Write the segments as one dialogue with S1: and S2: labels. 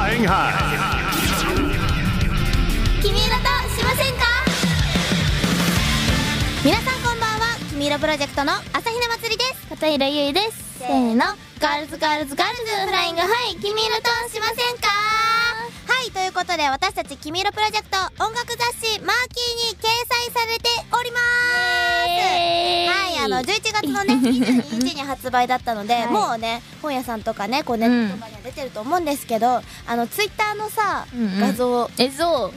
S1: ハ
S2: 君色としませんか皆さんこんばんは君色プロジェクトの朝比奈まつりです片平ゆいですせーのガールズガールズガールズフライングはい君色としませんかはいということで私たち君色プロジェクト音楽雑誌マーキーに掲載されておりますはいあの11月 のね22日に発売だったので、
S3: い
S2: もうね本屋さんとかねこうネットとかには出てると思うんですけど、あのツイッターのさ、
S3: うんうん
S2: 画像
S3: えそう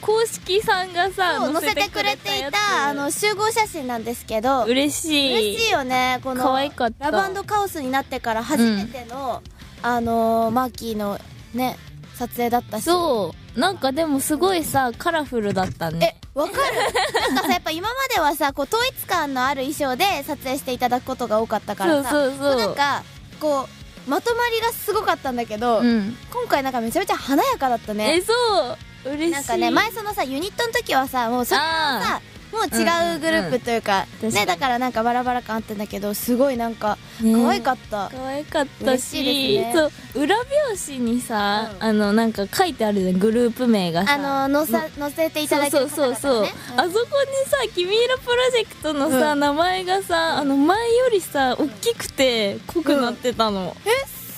S3: 公式さんがさ
S2: そう載せてくれていたあの集合写真なんですけど
S3: 嬉しい
S2: 嬉しいよねこの
S3: 可愛かった
S2: ラバンドカオスになってから初めての、あのーマーキーのね撮影だったし
S3: そうなんかでもすごいさカラフルだった
S2: え
S3: ね
S2: わかるなんかさやっぱ今まではさこう統一感のある衣装で撮影していただくことが多かったからさ
S3: そうそうそう
S2: こなんかこうまとまりがすごかったんだけど、
S3: うん
S2: 今回なんかめちゃめちゃ華やかだったね
S3: えそう嬉しい
S2: なんかね前そのさユニットの時はさもうそれは
S3: あ
S2: さもう違うグループというか、
S3: うんうんうん確か
S2: ね
S3: に
S2: だからなんかバラバラ感あったんだけどすごいなんか
S3: ね
S2: 可愛かった、
S3: 可愛かったし
S2: 嬉しいですね
S3: そう裏表紙にさ、
S2: うん
S3: あのなんか書いてあるじゃんグループ名がさ
S2: あの載さ載せていただいて
S3: そ
S2: る
S3: う
S2: 方々
S3: そう
S2: ね
S3: そうそう、
S2: う
S3: あそこにさ「君色プロジェクト」のさ、
S2: う
S3: 名前がさあの前よりさ大きくて濃くなってたの、
S2: んえ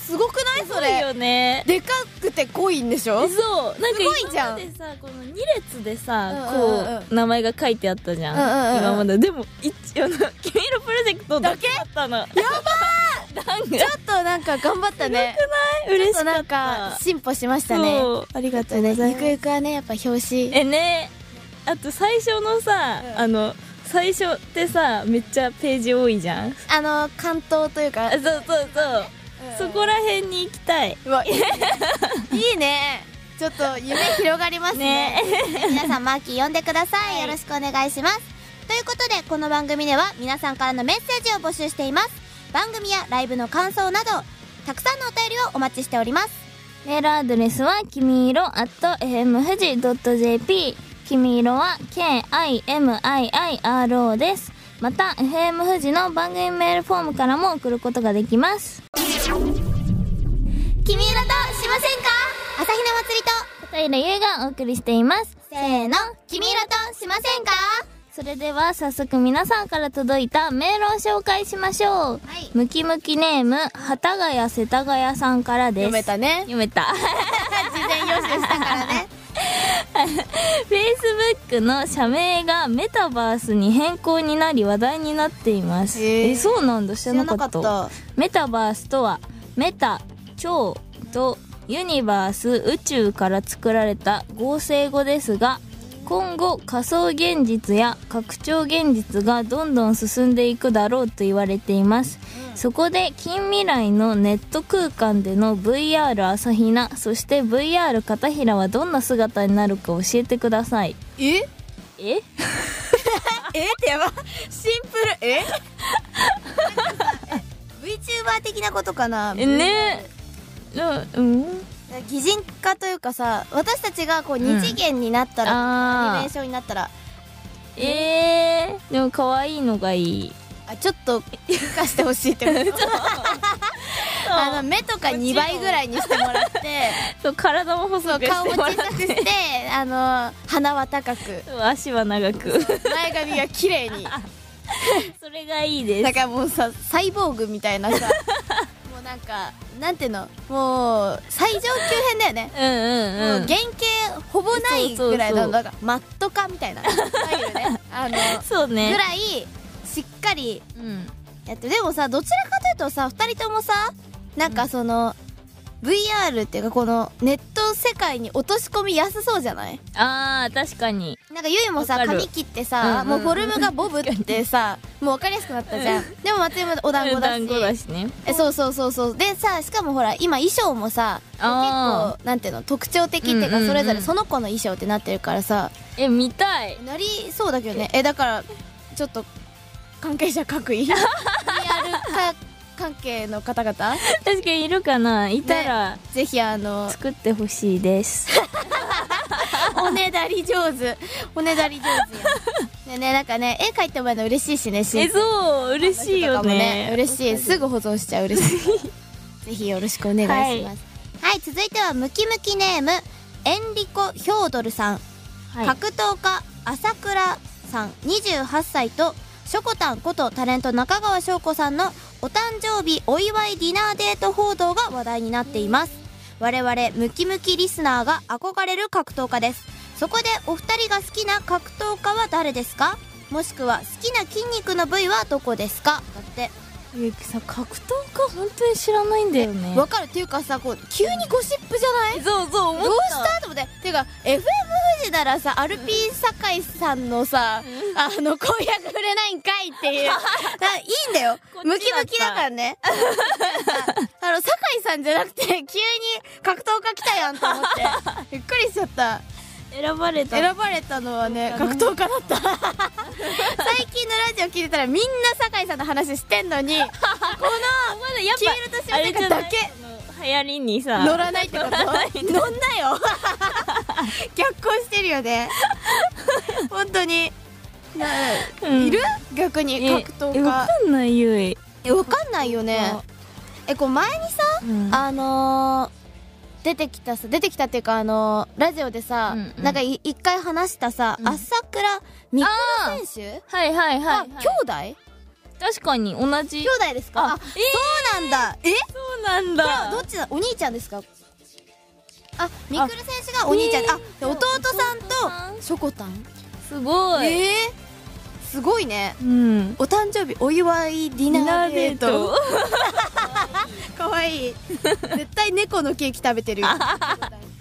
S2: すごくないそ
S3: そう
S2: れ
S3: よね
S2: でかくて濃いんでしょ
S3: えそうなんか
S2: すごいじゃ
S3: 今
S2: ん
S3: までさこの2列でさ、
S2: うんうんうん
S3: こう名前が書いてあったじゃん,、
S2: うんうんうん
S3: 今まででも一あの「君色プロジェクト」だけだったのやばー
S2: ちょっとなんか頑張ったねちょ
S3: 嬉
S2: っ
S3: しか
S2: と
S3: った
S2: なんか進歩しましたね
S3: そうありがとうございます
S2: ゆくゆくはねやっぱ表紙
S3: えねあと最初のさ、
S2: うん
S3: あの最初ってさめっちゃページ多いじゃん
S2: あの関東というか
S3: あそうそうそう、そこら辺に行きたいう
S2: わいいねいいねちょっと夢広がりますね皆さんマーキー呼んでください、
S3: はい
S2: よろしくお願いしますということでこの番組では皆さんからのメッセージを募集しています番組やライブの感想などたくさんのお便りをお待ちしております
S4: メールアドレスはきみいろ at fm 富士 .jp きみいろは KIMIIRO ですまた FM 富士の番組メールフォームからも送ることができます
S2: 君色としませんか朝日奈祭りと
S4: 片平優がお送りしています
S2: せーの君色としませんか
S4: それでは早速皆さんから届いたメールを紹介しましょう、
S2: はい
S4: ムキムキネーム幡ヶ谷世田谷さんからです
S2: 読めたね
S4: 読めた
S2: 事前予習したからね
S4: フェイスブックの社名がメタバースに変更になり話題になっています
S2: へー
S4: えそうなんだ知らなかっ た
S2: 知らなかっ
S4: メタバースとはメタ超とユニバース宇宙から作られた合成語ですが今後仮想現実や拡張現実がどんどん進んでいくだろうと言われています、そこで近未来のネット空間での VR 朝比奈そして VR 片平はどんな姿になるか教えてください
S2: ええ
S4: え
S2: ってやばシンプルえ VTuber 的なことかな
S3: えねうんうん
S2: 擬人化というかさ私たちがこう二次元になったら、アニメ
S4: あ
S2: ーションになったら
S4: ーえー、でも可愛いのがいい
S2: あちょっと孵化してほしいって ことあの目とか2倍ぐらいにしてもらって
S4: そう体も細
S2: そう
S4: くして
S2: 顔も
S4: もらっ
S2: 小さくして あの鼻は高く
S4: て足は長く
S2: 前髪が綺麗に
S4: それがいいです
S2: だからもうさサイボーグみたいな さもうなんかなんていうのもう最上級編だよね
S4: うんうんう
S2: もうん原型ほぼないぐらい
S4: そ
S2: の
S4: うそうそう
S2: なんかマット化みたいないわゆるねあの
S4: そう ね
S2: ぐらいしっかり
S4: うん
S2: やってでもさどちらかというとさ2人ともさなんかその、VR っていうかこのネット世界に落とし込みやすそうじゃない
S4: あー確かに
S2: なんかゆいもさ
S4: わかる
S2: 髪切ってさ、
S4: うん
S2: もうフォルムがボブってさもう分かりやすくなったじゃんでも松山お団子だし
S4: 団子だしね
S2: えそうそうそうそうでさしかもほら今衣装もさ結
S4: あ
S2: 構なんていうの特徴的っていう
S4: うんうん
S2: か
S4: うん
S2: それぞれその子の衣装ってなってるからさ
S4: え見たい
S2: なりそうだけどねえだからちょっと関係者各 位リアルか関係の方々
S4: 確かにいるかないたら
S2: ぜひあの
S4: 作ってほしいです、
S2: おねだり上手おねだり上手よでねなんかね絵描いてもらうの嬉しいしねし
S4: えそう嬉しいよね
S2: 嬉しいすぐ保存しちゃう嬉しいぜひよろしくお願いします
S5: はい、続いてはムキムキネーム、エンリコ・ヒョードルさん。
S4: はい
S5: 格闘家朝倉さん28歳としょこたんことタレント中川翔子さんのお誕生日お祝いディナーデート報道が話題になっています我々ムキムキリスナーが憧れる格闘家ですそこでお二人が好きな格闘家は誰ですかもしくは好きな筋肉の部位はどこですかだって
S4: ゆうきさん格闘家本当に知らないんだよね
S2: わかるっていうかさこう急にゴシップじゃない
S4: そうそう思
S2: どうしたと思ってていうか FM 富士ならさアルピー酒井さんのさあの婚約触れないんかいって いうないいんだよ
S4: こっちだ
S2: ム
S4: った
S2: キムキだから ねあの酒井さんじゃなくて急に格闘家来たやんと思って びっくりしちゃった
S4: 選ばれた
S2: 選ばれたのはね格闘家だった 最近のラジオ聞いてたらみんな酒井さんの話してんのにこ
S4: あまだやっ
S2: の黄色と
S4: ぱあれ
S2: 白
S4: じゃ
S2: と
S4: ない
S2: だけ
S4: あの流行りにさ
S2: 乗らないってこと 乗んなよ逆行してるよ ね本当にな
S4: うん
S2: いる逆に
S4: え
S2: 格闘
S4: え
S2: 家
S4: わかんないゆい
S2: えわかんないよねえこう前にさ
S4: うん
S2: あのー出てきたさ出てきたっていうかあのーラジオでさ、
S4: うんうん
S2: なんかい一回話したさ、
S4: うん
S2: 朝倉未来選手
S4: はいはいはい
S2: あ
S4: はい
S2: 兄弟
S4: 確かに同じ
S2: 兄弟ですかあ
S4: あ
S2: そうなんだえ
S4: そうなんだ
S2: どっちだお兄ちゃんですかあみくる選手がお兄ちゃん
S4: え
S2: あ,、
S4: ー
S2: で弟さん
S4: 弟さ
S2: としょこたん
S4: すごい
S2: えー、すごいね
S4: うん
S2: お誕生日お祝いディナーデート
S4: デ
S2: かわい い絶対猫のケーキ食べてるよ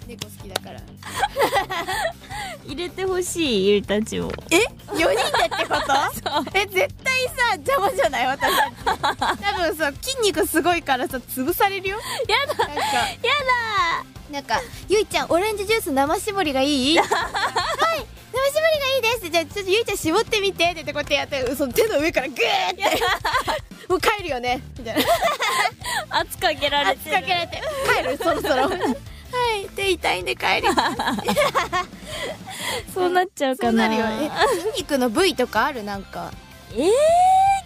S2: 猫好きだから
S4: ート入れてほしいゆいたちを
S2: え4人でってこと え絶対さ邪魔じゃない私 たち多分さ筋肉すごいからさ潰されるよ
S4: や
S2: だなんか
S4: やだ
S2: なんか「ゆいちゃんオレンジジュース生絞りが いい? 」「はい生絞りがいいです」じゃあちょっとゆいちゃん絞ってみて」って言ってこうやってやってその手の上からグーって 「もう帰るよね」みたいな
S4: 圧かけられ
S2: 圧
S4: て
S2: かけられて「帰るそろそろ」はい手痛いんで帰 り
S4: そうなっちゃう
S2: そ
S4: か
S2: うな
S4: な
S2: るよね筋肉の部位とかあるなんか
S4: えー、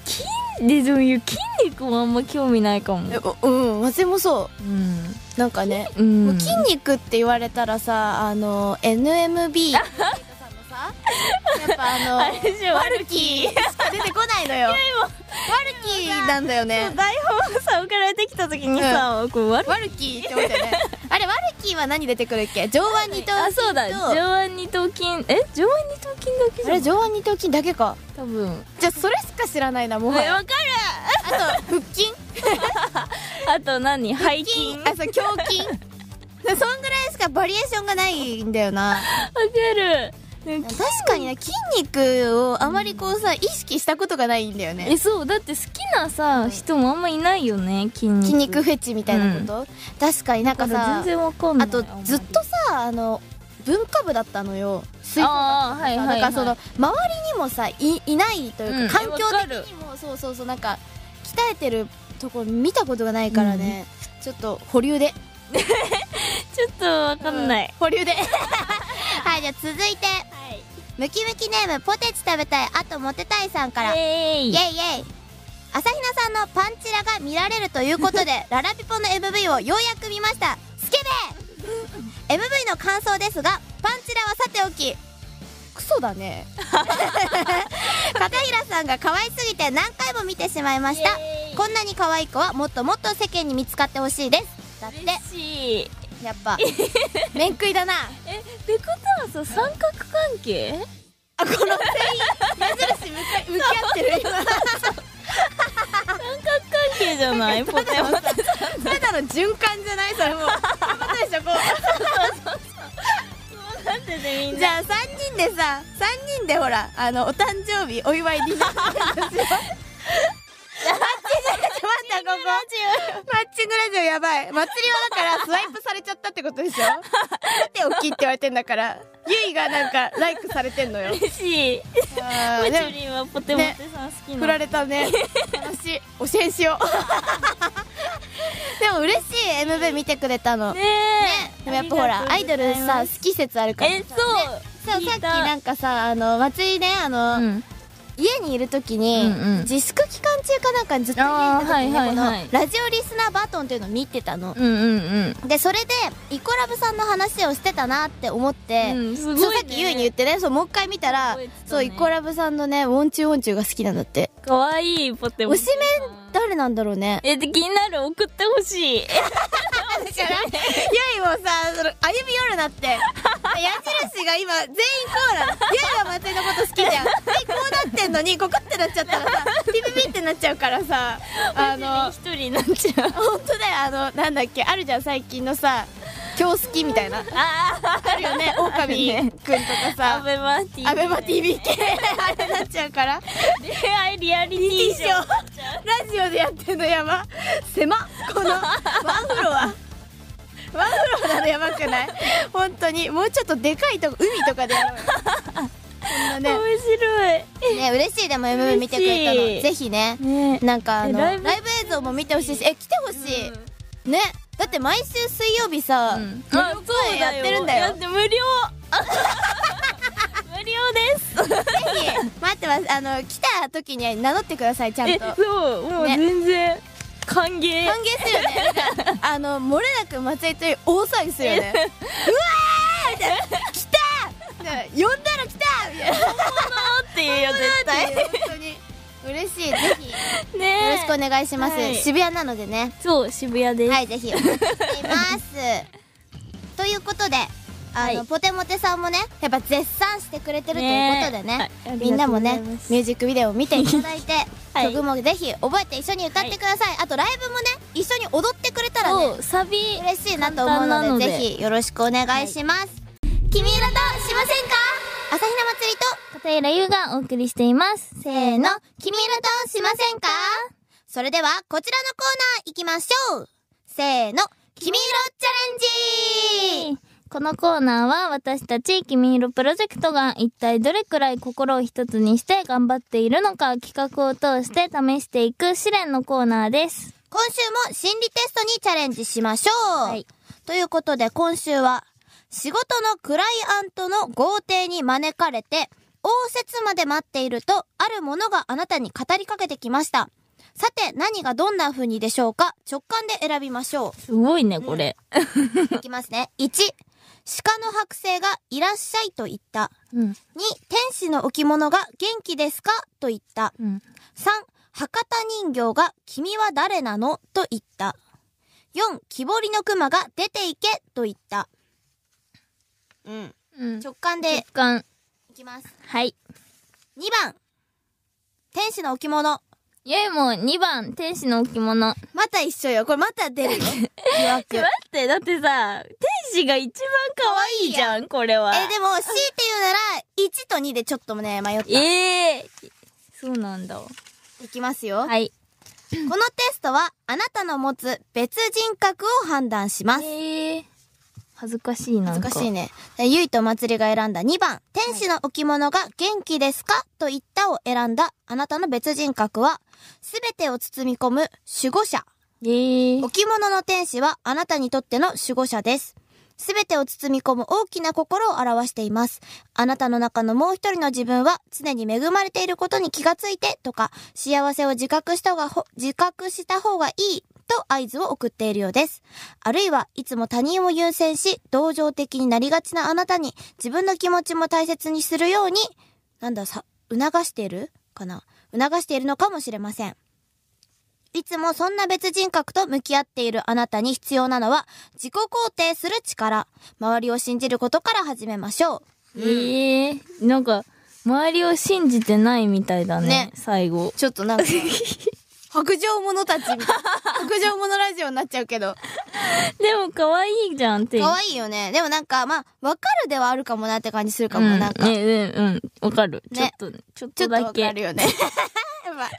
S4: 筋ででもゆ筋肉もあんま興味ないかも
S2: えおうん私もそ
S4: うん、
S2: うなんかね
S4: う、
S2: もうん筋肉って言われたらさあの NMB やっぱ あの
S4: あれでしょ
S2: ワルキーしか出てこないのよワルキーなんだよね
S4: 台本さ送られてきた時にさ、こう悪
S2: ワルキーって思ったよねあれワルキーは何出てくるっけ上腕二頭
S4: あ
S2: 筋と
S4: そうだ上腕二頭筋え上腕二頭筋だけ
S2: あ
S4: じゃ
S2: れ
S4: ん
S2: 上腕二頭筋だけか
S4: 多分
S2: じゃあそれしか知らないなも
S4: え
S2: はや
S4: わかる
S2: あと腹筋
S4: あと何背筋
S2: あそう胸筋そんぐらいしかバリエーションがないんだよな
S4: わかるでも
S2: 確かにね筋肉をあまりこうさ意識したことがないんだよね
S4: えそうだって好きなさ人もあんまいないよね筋肉
S2: 筋肉フェチみたいなこと、確かになんか
S4: だから
S2: さ
S4: 全然わかんない
S2: あと
S4: んまり
S2: ずっとさあの文化部だったのよ水産
S4: ああはいはい、は、
S2: ないんかその周りにもさいいないというか、
S4: うん
S2: 環境的にもそうそうそうなんか鍛えてるところ見たことがないからね、ちょっと保留で
S4: ちょっとわかんない、
S2: 保留で
S5: はい、じゃあ続いて、ムキムキネーム、ポテチ食べたい、あとモテたいさんから。
S4: え
S5: イ
S4: い
S5: エイイエイ朝比奈さんのパンチラが見られるというこ とでララピポの MV をようやく見ましたスケベ MV の感想ですがパンチラはさておき
S2: クソだね
S5: 片平さんが可愛すぎて何回も見てしまいましたこんなに可愛い子はもっともっと世間に見つかってほしいですだって
S4: 嬉しい
S2: やっ ぱ面食いだな
S4: えってことはさ三角関係
S2: あこの全員目印向か向き合ってる今
S4: 三角関係じゃ ないポテモ
S2: それただの循環じゃないそれもう頑張ったでしょこう
S4: なんででみんな
S2: じゃあ3人でさ3人でほらあのお誕生日お祝いディナーマッチングラジオ待ってここマッチングラジオやばい祭りはだからスワイプされちゃったってこと でしょだって大きいって言われてんだからゆいがなんかライクされてん のよ
S4: 嬉しい
S2: あ
S4: ム
S2: ー
S4: チ
S2: で
S4: ュリンはポテモテさん好き
S2: も
S4: な
S2: 振られたね私お教えし ようでも嬉しい MV 見てくれたの
S4: ねえ
S2: でもやっぱほらア
S4: あ
S2: イ
S4: り
S2: ド
S4: がとう
S2: ル
S4: ございま
S2: さ好
S4: す
S2: き説あるから
S4: えそう
S2: ささっきなんんかさあの祭りねあの、
S4: うん
S2: 家にいる時に、
S4: うんうん
S2: 自粛期間中かなんかにずっと家にいた時に、
S4: あーはいはいはい
S2: このラジオリスナーバトンっていうのを見てたの、
S4: うんうん
S2: でそれでイコラブさんの話をしてたなって思って、
S4: うんすごいね
S2: そうさっきゆうに言ってねそうもう一回見たら、
S4: 覚えてたね
S2: そうイコラブさんのね「ウォンチュウォンチュ」が好きなんだって
S4: かわいいポテモ
S2: 推しメン誰なんだろうね
S4: えで気になる送ってほしい
S2: ゆいもさその歩み寄るなって矢印が今全員こうなのゆいは松井のこと好きじゃんでこうなってんのにここってなっちゃったらさピピピってなっちゃうからさあの
S4: 一人になっちゃう
S2: 本当だよあのなんだっけあるじゃん最近のさ今日好きみたいなあるよねオオカミくんとか
S4: ア
S2: さ
S4: ベマ TV
S2: アベマ TV 系あれなっちゃうから
S4: 恋愛リアリティ
S2: いい
S4: シ
S2: シ
S4: ョ
S2: ョ
S4: ー
S2: ーラジオでやってんのやば狭っこのワンフロアワンフロアなのやばくない本当にもうちょっとでかいとこ海とかでやろうよこんなね
S4: 面白い
S2: ね嬉しいでも MV 見てくれた
S4: 嬉し
S2: の
S4: い
S2: ぜひね
S4: ね
S2: なんかあの
S4: え
S2: ラ
S4: ラ
S2: イ
S4: イ
S2: ブ
S4: ブ
S2: 映像も見てほしいしえ来てほしい、ねだって毎週水曜日さ、
S4: ん
S2: 無料公演やってるんだよ
S4: だって無 料無料です
S2: ぜひ待ってますあの来た時に名乗ってくださいちゃん
S4: え
S2: と
S4: そうもう
S2: ね
S4: 全然歓迎
S2: 歓迎するよねなんかあの漏れなく松井という大騒ぎする よねうわーみたいな来たみたいな呼んだら来たみたいな
S4: っていうよ絶対
S2: 本当に嬉しいぜひよ
S4: ね
S2: ろしくお願いします、
S4: はい
S2: 渋谷なのでね
S4: そう渋谷です、
S5: はい、ぜひお待ちしています。ということで、あの、
S4: はい
S5: ポテモテさんもね、やっぱ絶賛してくれてるということでね、
S4: ねはい
S5: みんなもね、
S2: ミュージックビデオを見ていただい
S5: い
S2: て
S5: ただいて、
S4: はい
S5: 曲もぜひ覚えて一緒に歌ってください。あとライブもね、一緒に踊ってくれたらね、
S4: そうサビ
S5: 嬉しいなと思うの
S4: 簡単
S5: で
S4: なので
S5: ぜひよろしくお願いします。君色としませんか朝日奈祭りと
S4: 片平優がお送りしています
S5: せーの、君色としませんかそれでは、こちらのコーナー行きましょうせーの、君色チャレンジ
S4: このコーナーは私たち君色プロジェクトが一体どれくらい心を一つにして頑張っているのか企画を通して試していく試練のコーナーです。
S5: 今週も心理テストにチャレンジしましょう、
S4: はい
S5: ということで今週は、仕事のクライアントの豪邸に招かれて、応接まで待っていると、あるものがあなたに語りかけてきました。さて、何がどんな風にでしょうか直感で選びましょう。
S4: すごいね、これ。
S5: いきますね。1、鹿の剥製がいらっしゃいと言った。
S4: うん。
S5: 2、天使の置物が元気ですかと言った。
S4: うん。
S5: 3、博多人形が君は誰なのと言った。4、木彫りの熊が出ていけと言った。うん。
S4: うん。
S5: 直感で
S4: 直感。
S5: いきます。
S4: はい。
S5: 2番、天使の置物。
S4: ゆいも2番、天使の置物。待
S2: また一緒よこれまた出 るの疑惑
S4: って、だってさ、天使が一番可愛いじゃん、これは。
S5: えー、でも、強いて言うなら、1と2でちょっとね、迷った。
S4: ええそうなんだ。
S5: いきますよ。
S4: はい。
S5: このテストは、あなたの持つ別人格を判断します。
S4: ええ恥ずかしいな
S5: 難
S4: んか。
S5: しいね。ゆいとまつりが選んだ2番、天使の置物が元気ですかと言ったを選んだあなたの別人格は、すべてを包み込む守護者。
S4: ええ
S5: 置物の天使はあなたにとっての守護者です。すべてを包み込む大きな心を表しています。あなたの中のもう一人の自分は常に恵まれていることに気がついてとか、幸せを自覚した方がほ、自覚した方がいいと合図を送っているようです。あるいはいつも他人を優先し、同情的になりがちなあなたに自分の気持ちも大切にするように、なんださ、促しているかな促しているのかもしれません。いつもそんな別人格と向き合っているあなたに必要なのは自己肯定する力。周りを信じることから始めましょう。
S4: ええなんか、周りを信じてないみたいだね、
S5: ね
S4: 最後。
S2: ちょっとなんか 白状者たちみ たいな白状者ラジオになっちゃうけど
S4: でも、可愛いじゃん、天使。
S5: 可愛いよね。でもなんか、まあ、わかるではあるかもなって感じするか
S4: う
S5: も。
S4: ん
S5: なんか、
S4: ね、うん、うん。わかる。
S5: ね
S4: ちょっと、ちょっ
S2: ちょ
S4: と
S2: っとわ
S4: だけ。
S2: かるよ ねやばい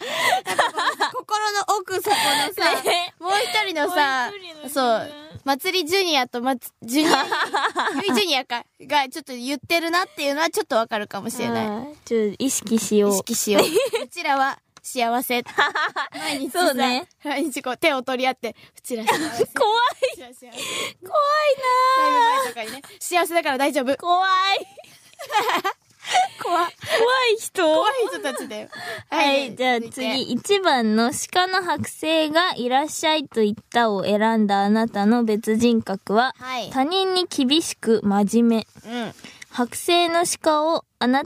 S2: なんかこう心の奥底の さ、
S4: ね
S2: もう一人のさ
S4: もう一人のね
S2: そう祭りジュニアとまつジュ ニアゆいジュニアかがちょっと言ってるなっていうのはちょっとわかるかもしれない
S4: あーちょっと意識しよ
S2: 意
S4: う。
S2: 識しよううちらは幸せ毎日さ
S4: そうね
S2: 毎日こう手を取り合ってうちら幸せう
S4: 怖い、
S2: ちら幸せライ
S4: 怖いな
S2: ブ前とかにね幸せだから大丈夫
S4: 怖い。
S2: 怖い
S3: 人
S2: 怖い人たちだよ。
S4: はい、じゃあ。次、1番の鹿の剥製がいらっしゃいと言ったを選んだあなたの別人格は、
S5: はい。
S4: 他人に厳しく真面目。
S2: うん。
S4: 剥製の鹿をあな、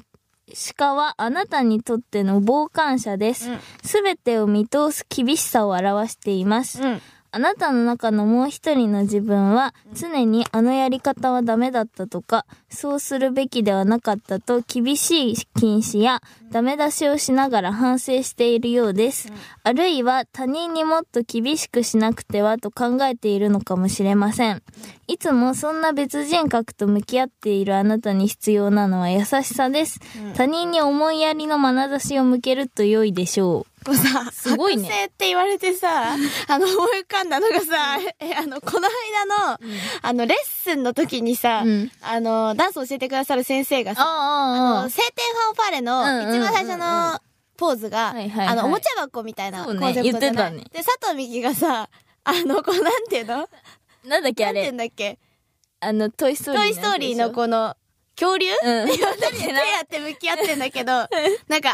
S4: 鹿はあなたにとっての傍観者です
S2: うん。
S4: すべ、てを見通す厳しさを表しています。
S2: うん。
S4: あなたの中のもう一人の自分は、常にあのやり方はダメだったとか、そうするべきではなかったと厳しい禁止や、ダメ出しをしながら反省しているようです。あるいは他人にもっと厳しくしなくてはと考えているのかもしれません。いつもそんな別人格と向き合っているあなたに必要なのは優しさです。他人に思いやりの眼差しを向けると良いでしょう。
S2: もうさ、
S4: すごいね
S2: 剥製って言われてさ、あの、思い浮かんだのがさ、え、あの、この間の、あの、レッスンの時にさ、
S4: うん
S2: あの、ダンス教えてくださる先生がさ、あ
S4: あ
S2: の、聖天ファンファーレの
S4: うんうんうんうん
S2: 一番最初のポーズが、
S4: はいはいはい
S2: あの、おもちゃ箱みたいなコ
S4: そ
S2: ン
S4: う
S2: セ
S4: ね
S2: プトじゃない、
S4: 言ってた
S2: で、佐藤美希がさ、あの、こう、なんていうの
S4: なんだっけ
S2: な
S4: あ
S2: んていうん
S4: れ。
S2: だっけ
S4: あの、トイストーリー。
S2: トイストーリーのこの、恐竜、
S4: うん。
S2: 手やって向き合ってんだけど、なんか、あれ、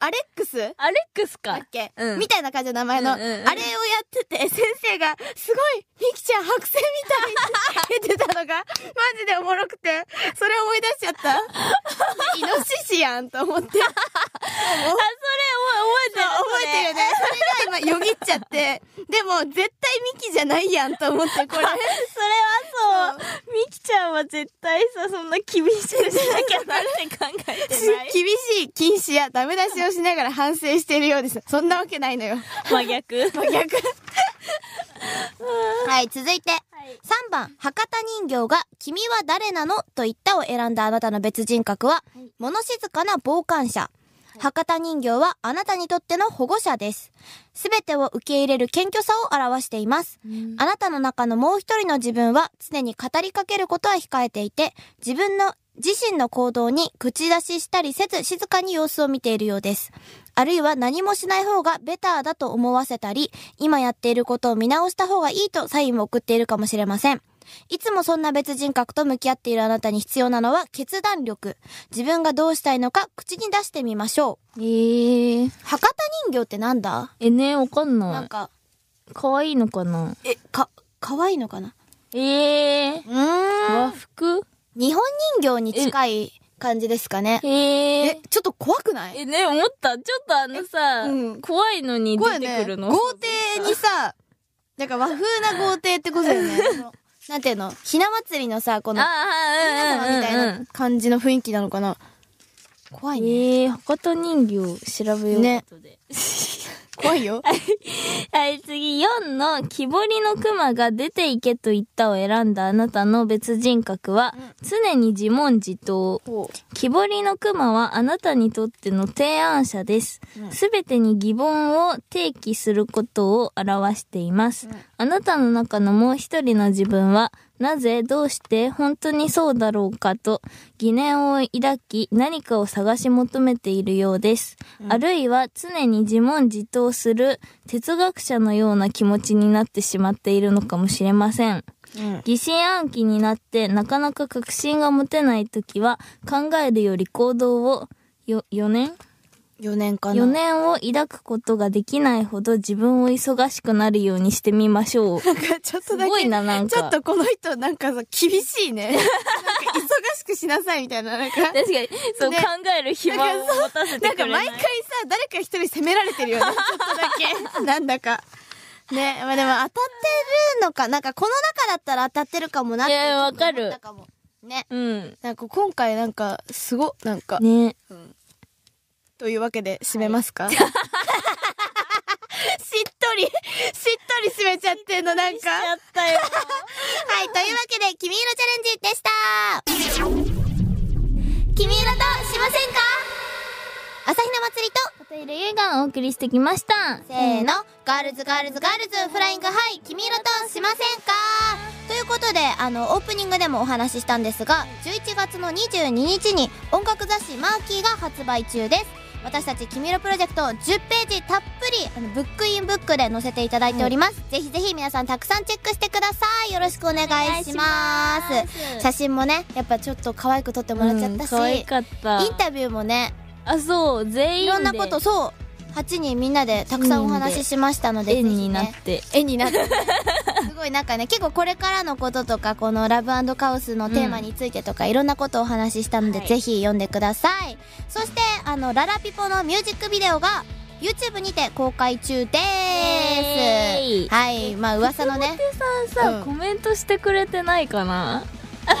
S2: アレックス
S4: アレックス
S2: だ
S4: か
S2: っ。け、
S4: うん
S2: みたいな感じの名前の、
S4: うんうんうん
S2: あれをやってて、先生が、すごい、ミキちゃん白線みたいって言ってたのが、マ ジでおもろくて、それ思い出しちゃ った。イノシシやんと思って。
S4: あ、それ、
S2: そう覚えてるね。それが今、よぎっちゃって。でも、絶対ミキじゃないやんと思って、これ。
S4: それはそう。みきちゃんは絶対さ、そんな厳しくしなきゃなって考えてない。
S2: 厳しい禁止やダメ出しをしながら反省しているようです。そんなわけないのよ。
S4: 真逆。
S2: 逆。
S5: はい、続いて。3番、博多人形が、君は誰なのと言ったを選んだあなたの別人格は、物静かな傍観者。博多人形はあなたにとっての保護者です。すべてを受け入れる謙虚さを表しています。あなたの中のもう一人の自分は常に語りかけることは控えていて、自分の自身の行動に口出ししたりせず静かに様子を見ているようです。あるいは何もしない方がベターだと思わせたり、今やっていることを見直した方がいいとサインを送っているかもしれません。いつもそんな別人格と向き合っているあなたに必要なのは決断力。自分がどうしたいのか口に出してみましょう。
S4: えー。
S5: 博多人形ってなんだ
S4: え、ねわかん
S5: な
S4: なんい。
S5: か、
S4: 可愛いのかな
S5: え、か、可愛いのかな
S4: えー。
S5: うーん。
S4: 和服
S5: 日本人形に近い感じですかね。
S4: え
S2: え
S4: ー。、
S2: ちょっと怖くない
S4: え、ね思ったちょっとあのさ、
S2: えうん
S4: 怖いのに出てくるの、
S2: 豪邸にさ、なんか和風な豪邸ってことだよね。 そのなんていうのひな祭りのさ、こ
S4: あ
S2: の、皆様
S4: あ、うんうんうんうん。
S2: みたいな感じの雰囲気なのかな。怖いね。
S4: えー、博多人形調べよう。
S2: ね
S4: 後で
S2: 怖いよ。
S4: はい、次4の木彫りの熊が出ていけと言ったを選んだあなたの別人格は、常に自問自答。
S2: こ
S4: 木彫りの熊はあなたにとっての提案者です。すべてに疑問を提起することを表しています。あなたの中のもう一人の自分は、なぜ、どうして、本当にそうだろうかと疑念を抱き、何かを探し求めているようです。あるいは常に自問自答する哲学者のような気持ちになってしまっているのかもしれません。
S2: う。うん。
S4: 疑心暗鬼になってなかなか確信が持てない時は考えるより行動をよ4年
S2: 4年かな。
S4: 4年を抱くことができないほど自分を忙しくなるようにしてみましょ う。
S2: なんかちょっとだけ。
S4: すごいななんか
S2: ちょっとこの人なんかさ、厳しい ね。なんか忙しくしなさいみたいな。なんか、なんか
S4: 確かに、 そう、
S2: ね
S4: 考える暇を持たせて
S2: 毎
S4: くれない。
S2: 回さ、誰か一人責められて るよね。ちょっとだけ。なんだか。ね、まあでも
S5: 当たってるのかなんかこの中だったら当たってるかもなって。
S4: いやわかる
S5: 思ったもね。
S4: うん。
S2: なんか今回なんか、すご、なんか、
S4: ね。
S2: というわけで締めますか、 しっとり、しっとり締めちゃってんの、なんか。
S4: やった よ。
S5: はい、というわけで、君色チャレンジでした君色としませんか朝日奈祭りと、
S4: 片入れゆいがお送りしてきました。
S5: せーの、ガールズガールズガールズフライングハイ、君色としませんかということで、あの、オープニングでもお話ししたんですが、11月の22日に音楽雑誌マーキーが発売中です。私たち「君色プロジェクト」10ページたっぷりあのブックインブックで載せていただいております、ぜひぜひ皆さんたくさんチェックしてくださいよろしくお願いします写真もねやっぱちょっと可愛く撮ってもらっちゃったし、
S4: うん可
S5: イ
S4: 愛
S5: ン
S4: かった
S5: タビューもね
S4: あそう全員で
S5: いろんなことそう8人みんなでたくさんお話ししましたので
S4: 絵
S5: ぜ
S4: に
S5: ひ
S4: なっ
S5: ね
S4: て
S2: 絵になって
S5: すごいなんかね結構これからのこととかこの「ラブカオス」のテーマについてとか、いろんなことをお話ししたので、
S4: はい
S5: ぜひ読んでくださいそしてあの「ララピポ」のミュージックビデオが YouTube にて公開中で
S4: エーイ
S5: すはいまあ噂の ね
S4: さんさ、
S2: うん
S4: コメントしてくれてないかな
S5: コメン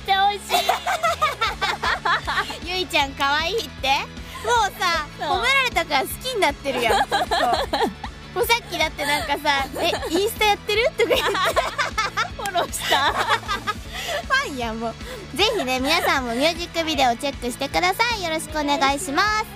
S5: トしてほしいゆいちゃん可愛いって
S2: もうさ褒められたから好きになってるやん ずっともうさっきだってなんかさ「えインスタやってる?」とか言って
S3: フォローした
S2: ファンやんもう
S5: ぜひね皆さんもミュージックビデオをチェックしてくださいよろしくお願いします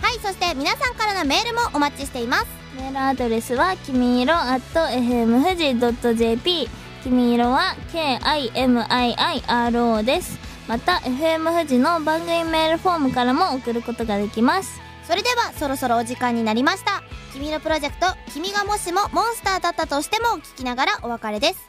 S5: はいそして皆さんからのメールもお待ちしています
S4: メールアドレスはきみいろ at fm 富士 .jp きみいろは KIMIIRO ですまた FM 富士の番組メールフォームからも送ることができます
S5: それではそろそろお時間になりました君のプロジェクト君がもしもモンスターだったとしてもを聞きながらお別れです